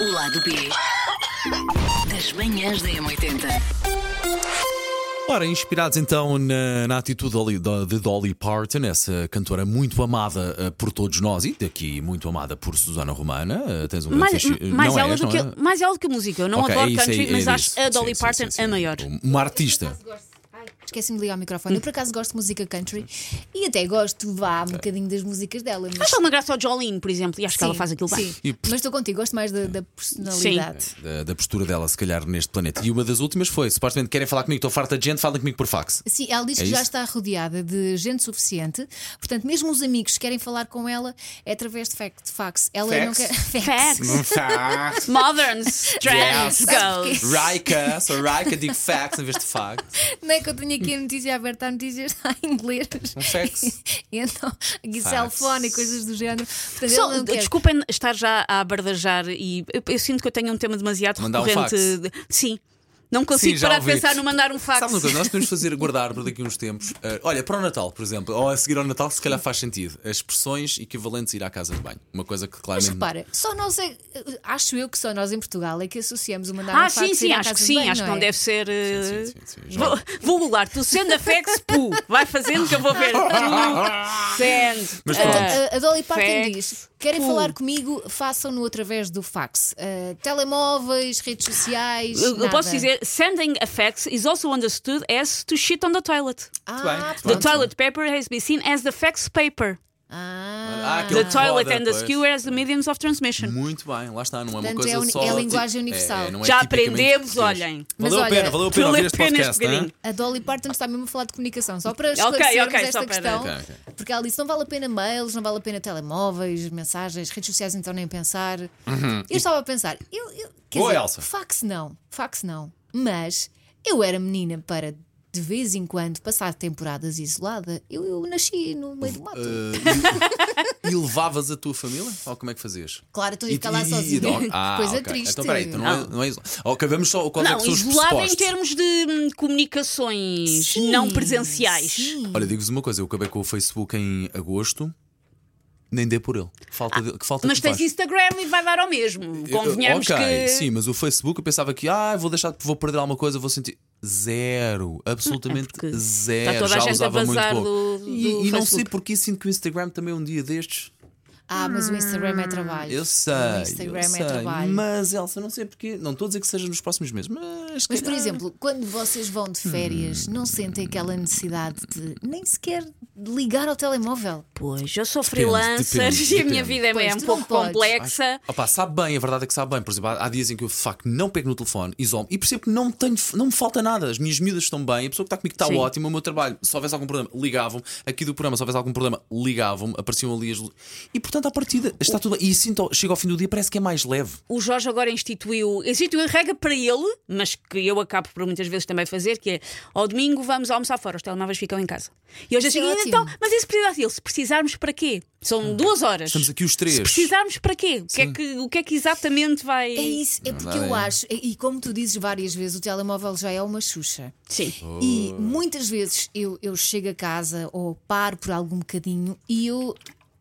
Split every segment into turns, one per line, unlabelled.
O lado B das manhãs da M80.
Ora, inspirados então na, na atitude ali do- de Dolly Parton, essa cantora muito amada eh, por todos nós e daqui muito amada por Susana Romana, eh, tens um grande
Mais,
fichi-
mais,
não
ela
és,
do
não
que,
é?
mais ela do que a música. Eu não
Ok,
adoro
é isso, é-
country, mas
é
acho
isso.
a Dolly
Sim, sim,
Parton
sim, sim.
a maior.
Uma artista.
Esqueci-me de ligar o microfone. Eu por acaso gosto de música country e até gosto, vá, um bocadinho das músicas dela. Mas...
Acho é uma graça ao Jolene, por exemplo, e acho que ela
Sim,
faz aquilo bem.
Sim,
E por-
mas estou contigo, gosto mais da, da personalidade.
Da, da postura dela, se calhar, neste planeta. E uma das últimas foi: supostamente querem falar comigo, estou farta de gente, falem comigo por fax.
Sim, ela diz
É
que já
isso?
está rodeada de gente suficiente, portanto, mesmo os amigos que querem falar com ela é através de fac- de fax. Ela não
Fax?
quer. fax.
Facts.
fax.
Moderns, trans,
Yes.
girls.
Raika, sou Raika, digo fax em vez de fax.
Não é que eu tenho aqui a notícia aberta, a notícia está em inglês.
Um fax.
E então, aqui cell phone e coisas do género. Portanto,
Só,
ela não quer.
desculpem estar já a abardajar e eu, eu sinto que eu tenho um tema demasiado
Mandar um
recorrente.
fax.
de- Sim, não consigo
Sim, já
parar de
ouvi.
pensar no mandar um fax.
Sabe uma coisa? Nós podemos fazer guardar por daqui a uns tempos. eh, olha, para o Natal, por exemplo, ou a seguir ao Natal, se calhar faz sentido. As expressões equivalentes a ir à casa de banho. Uma coisa que
Mas
claramente.
repara, só nós é. Acho eu que só nós em Portugal é que associamos o mandar
Ah,
um fax
sim,
e
sim,
ir à
acho
casa
que
de
sim,
banho,
acho que não
é?
deve ser. eh,
Sim, sim, sim, já.
Vou, vou bular, tu sendo a Fex, pu, vai fazendo que eu vou ver. Tu sendo.
Mas
eh,
pronto.
A- A Dolly Parton
Fax,
diz: querem
pum.
falar comigo, façam-no através do fax. Ah, telemóveis, redes sociais.
Eu, eu
nada.
posso dizer, sending a fax is also understood as to shit on the toilet.
bem.
Ah,
Pronto.
The
pronto.
toilet paper has been seen as the fax paper.
Ah,
aquele
The
que
toilet
roda,
and the
pois.
skewer as the mediums of transmission.
Muito bem, lá está, não é uma
Portanto,
coisa
é uni-
só.
é
tipo-
linguagem universal.
não
Já
tipicamente
aprendemos,
português.
olhem.
Mas
Valeu a
olha,
pena, valeu a pena
valeu
ouvir
a
este
pena este
podcast. não é?
bocadinho.
A Dolly Parton está mesmo a falar de comunicação, só para
Ok, ok,
esclarecermos
só
esta
para-
questão,
Ok, ok.
porque ela disse não vale a pena mails, não vale a pena telemóveis, mensagens, redes sociais, então nem pensar. Eu estava a pensar, eu, eu- quer
Uhum. Boa,
dizer,
Elsa.
fax não, fax não, mas eu era menina para de vez em quando passar temporadas isolada. Eu, eu nasci no meio do mato.
Eh, e, e levavas a tua família? Ou como é que fazias?
claro, estou a
E-
ficar lá
e-
sozinha.
e- ah,
Coisa
ok.
triste.
Então peraí, então não é, não é isolado. Ok, vamos só quais é
Não,
que são os
isolado em
pressupostos.
termos de hum, comunicações
Sim,
não presenciais.
sim.
Olha, digo-vos uma coisa, eu acabei com o Facebook em agosto, nem dei por ele. Falta de- que falta
Ah, Mas
que faz.
tens Instagram e vai dar ao mesmo. Convenhamos
ok,
que.
sim, mas o Facebook eu pensava que ah, vou deixar, vou perder alguma coisa, vou sentir. Zero, absolutamente
É porque
zero.
está toda a
Já
gente a
usava muito
vazar
pouco.
do- do
e, e não sei
Facebook.
porque sinto que o Instagram também um dia destes.
Ah, mas o Instagram é trabalho.
Eu sei.
O
eu
Instagram
sei,
é trabalho.
Mas Elsa, não sei porque. Não estou a dizer que seja nos próximos meses, mas.
Mas, por exemplo, quando vocês vão de
Hum.
férias, não sentem aquela necessidade de nem sequer ligar ao telemóvel?
Pois, eu sou
Depende,
freelancer
depende,
e a minha
depende.
vida é
Pois,
mesmo um
tu
pouco
não podes.
complexa.
Opa, sabe bem, a verdade é que sabe bem. Por exemplo, há há dias em que eu de facto não pego no telefone, isolo e percebo que não, tenho, não me falta nada. As minhas miúdas estão bem, a pessoa que está comigo está
Sim.
ótima, o meu trabalho, se houvesse algum problema, ligavam-me. Aqui do programa, se houvesse algum problema, ligavam-me, apareciam ali as lu- E portanto, à partida, está tudo bem. E sinto, chega ao fim do dia, parece que é mais leve.
O Jorge agora instituiu, instituiu a regra para ele, mas que eu acabo por muitas vezes também fazer, que é ao domingo vamos almoçar fora, os telemóveis ficam em casa. E hoje
Isso
assim,
é ótimo.
então, mas isso precisa dele, se precisarmos para quê? São duas horas.
Estamos aqui os três.
Se precisarmos para quê? O que, é que, o que é que exatamente vai.
É isso, é porque
verdade
eu
é.
acho, e e como tu dizes várias vezes, o telemóvel já é uma xuxa.
Sim.
E muitas vezes eu, eu chego a casa ou paro por algum bocadinho e eu.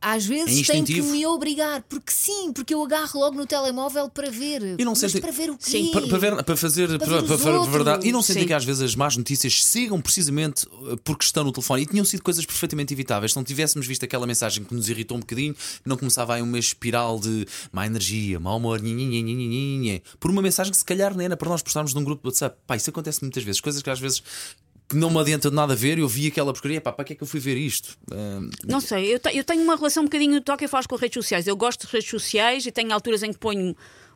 Às vezes tenho que
É instintivo?
me obrigar, porque sim, porque eu agarro logo no telemóvel para ver.
E não
Mas
sentem-
para ver o quê?
Sim.
Para, para ver- para fazer para,
ver os
para- para- para verdade.
outros.
E não sentem
Sim.
que às vezes as más notícias sigam precisamente uh, porque estão no telefone e tinham sido coisas perfeitamente evitáveis. Se não tivéssemos visto aquela mensagem que nos irritou um bocadinho, não começava aí uma espiral de má energia, mau humor, nhinhinhinhinhinhinhinhin, por uma mensagem que se calhar nem era para nós postarmos num grupo de WhatsApp. Pá, isso acontece muitas vezes, coisas que às vezes. que Não me adianta de nada ver, eu vi aquela porcaria, pá, para que é que eu fui ver isto? Ah,
Não sei, eu, te- eu tenho uma relação um bocadinho do que eu faço com as redes sociais. Eu gosto de redes sociais e tenho alturas em que ponho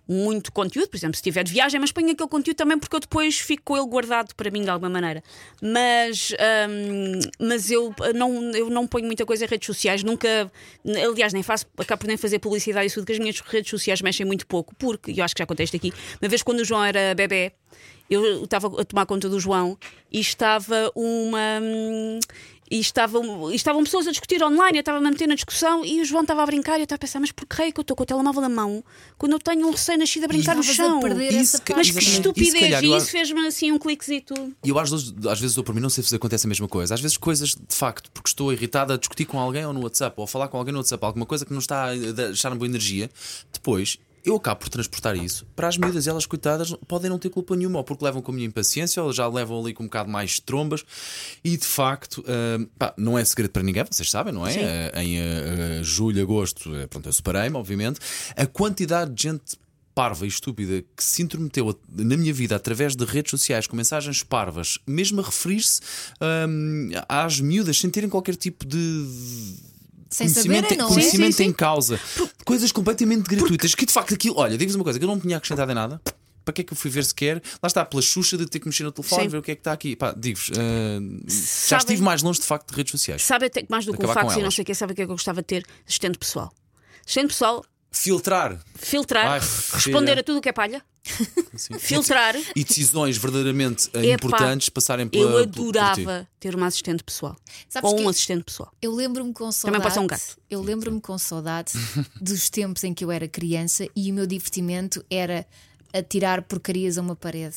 muito conteúdo, por exemplo, se estiver de viagem, mas ponho aquele conteúdo também porque eu depois fico com ele guardado para mim de alguma maneira. Mas, hum, mas eu, eh, não, eu não ponho muita coisa em redes sociais, nunca, aliás, nem faço, acabo por nem fazer publicidade e isso, porque as minhas redes sociais mexem muito pouco, porque, e eu acho que já contei isto aqui, uma vez quando o João era bebê, eu estava a tomar conta do João e estava uma. hum, E estavam, e estavam pessoas a discutir online, eu estava a manter na discussão e o João estava a brincar e eu estava a pensar, mas por que é que eu estou com o telemóvel na mão quando eu tenho um recém-nascido a brincar no
Estavas a
chão?
perder
Isso
essa
que-
parte.
Mas
Exatamente.
que
Isso,
estupidez!
se calhar,
e
eu
isso
acho-
fezme assim um cliquezito.
E eu às vezes, às vezes dou por mim, não sei se acontece a mesma coisa. Às vezes coisas de facto, porque estou irritada a discutir com alguém ou no WhatsApp, ou a falar com alguém no WhatsApp, alguma coisa que não está a deixar-me boa energia. Depois Eu acabo por transportar isso para as miúdas, elas coitadas podem não ter culpa nenhuma, ou porque levam com a minha impaciência, ou já levam ali com um bocado mais de trombas. E de facto, ah, pá, não é segredo para ninguém, vocês sabem, não é?
Sim.
Ah, em ah, ah, julho, agosto, ah, pronto, eu separei-me, obviamente. A quantidade de gente parva e estúpida que se intrometeu a- na minha vida através de redes sociais com mensagens parvas, mesmo a referir-se hum, às miúdas sem terem qualquer tipo de
Sem saber,
conhecimento,
é não é?
conhecimento
Sim, sim,
em causa, coisas completamente gratuitas que de facto aquilo, olha, digo-vos uma coisa que eu não tinha acrescentado em nada. Para que é que eu fui ver sequer? Lá está, pela xuxa de ter que mexer no telefone,
Sim.
ver o que é que está aqui. Pá, digo-vos, ah, já
Sabem-
estive mais longe de facto de redes sociais.
Sabe até que mais do que um
Acabar com
fax e não
elas.
sei o que, sabe o que é que eu gostava de ter? Assistente pessoal. Assistente pessoal,
Filtrar.
filtrar,
Ai,
responder
filha.
a tudo o que é palha,
Sim.
filtrar.
E decisões verdadeiramente ah,
Epá,
importantes passarem pela.
Eu
por- por ti.
adorava ter uma assistente pessoal.
Sabes
Ou
que-
um assistente pessoal.
Eu lembro-me com saudade.
Também pode ser um gato.
Eu lembro-me com saudade dos tempos em que eu era criança e o meu divertimento era atirar porcarias a uma parede.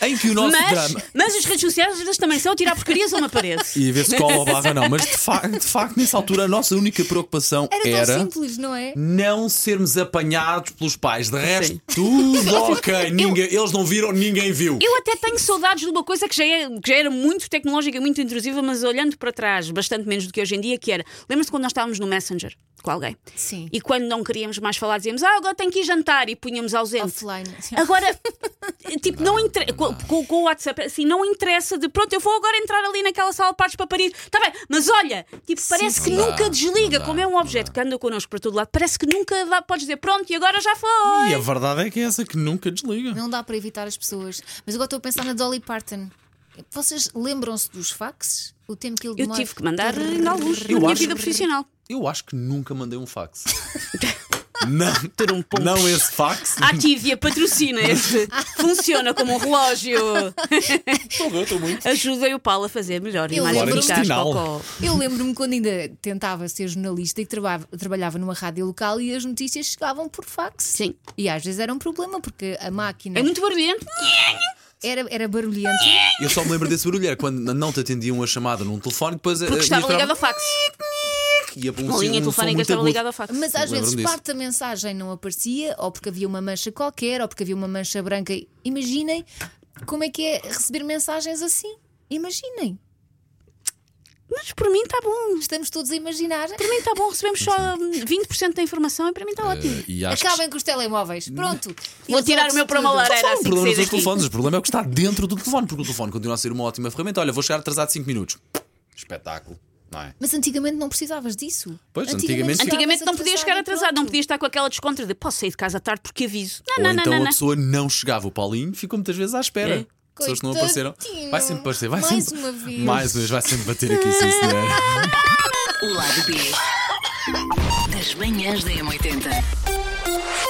Em que o nosso
Mas,
drama.
mas as redes sociais elas também são tirar porcarias a uma parede.
E a ver se cola a barra não. Mas de, fa- de facto, nessa altura, a nossa única preocupação
Era
era,
tão simples, não é?
não sermos apanhados pelos pais. De resto,
Sim.
tudo ok. Ninguém, eles não viram, ninguém viu.
Eu até tenho saudades de uma coisa que já, é- que já era muito tecnológica, muito intrusiva, mas olhando para trás, bastante menos do que hoje em dia, que era. Lembra-se quando nós estávamos no Messenger com alguém?
Sim.
E quando não queríamos mais falar, dizíamos, ah, agora tenho que ir jantar e punhamos ausente.
Offline.
Agora, tipo, não, interessa. Com, com o WhatsApp, assim, não interessa de pronto, eu vou agora entrar ali naquela sala de partes para Paris. Está bem, mas olha, tipo, parece que
Não dá,
nunca desliga.
não dá,
Como é um
não
objeto que anda connosco para todo lado, parece que nunca dá, podes dizer pronto e agora já foi.
E a verdade é que é essa que nunca desliga.
Não dá para evitar as pessoas. Mas agora estou a pensar na Dolly Parton. Vocês lembram-se dos faxes? O tempo que ele
Eu
demora.
tive que mandar ainda alguns na
Eu
minha
acho-
vida profissional.
Eu acho que nunca mandei um fax. não,
um
não esse fax.
Ah, A Ativia patrocina este. Funciona como um relógio.
Estou eu, estou muito.
Ajudei o Paulo a fazer melhor e
Eu
mais
lembro-me-
eficaz.
Intestinal.
Cocó.
Eu lembro-me quando ainda tentava ser jornalista e trabalhava, trabalhava numa rádio local e as notícias chegavam por fax.
Sim.
E às vezes era um problema porque a máquina
É muito barulhento.
era, era barulhenta.
Eu só me lembro desse barulho. Era quando não te atendiam a chamada num telefone, depois eh,
Porque estava ligado ao fax.
ia para um,
Uma linha
um som
telefónica
muito
estava
agudo.
ligada ao fax.
Mas às
Lembro-me
vezes
disso.
parte da mensagem não aparecia, ou porque havia uma mancha qualquer, ou porque havia uma mancha branca. Imaginem como é que é receber mensagens assim. Imaginem.
Mas para mim está bom.
Estamos todos a imaginar.
Para mim está bom. Recebemos só hum, 20% da informação e para mim está ótimo.
Eh, e acho que
Acabem com os telemóveis. Pronto.
Vou tirar o meu para uma
Resolve-se tudo.
lareira
O um problema não são
assim que sair
os
daqui.
telefones, o problema é o que está dentro do telefone, porque o telefone continua a ser uma ótima ferramenta. Olha, vou chegar atrasado 5 minutos. Espetáculo, não é?
Mas antigamente não precisavas disso.
Pois, antigamente sim.
Antigamente não podias chegar
chegar
atrasado, não podias estar com aquela descontra de posso sair de casa tarde porque aviso. Não,
Ou
não,
então
não,
a
não.
pessoa não chegava. O Paulinho ficou muitas vezes à espera.
É.
Pessoas que não apareceram.
Coitadinho.
Vai sempre aparecer, vai
Mais
sempre.
uma vez.
Mais uma vez, vai sempre bater aqui, sim, senhora.
O lado B das manhãs da M80.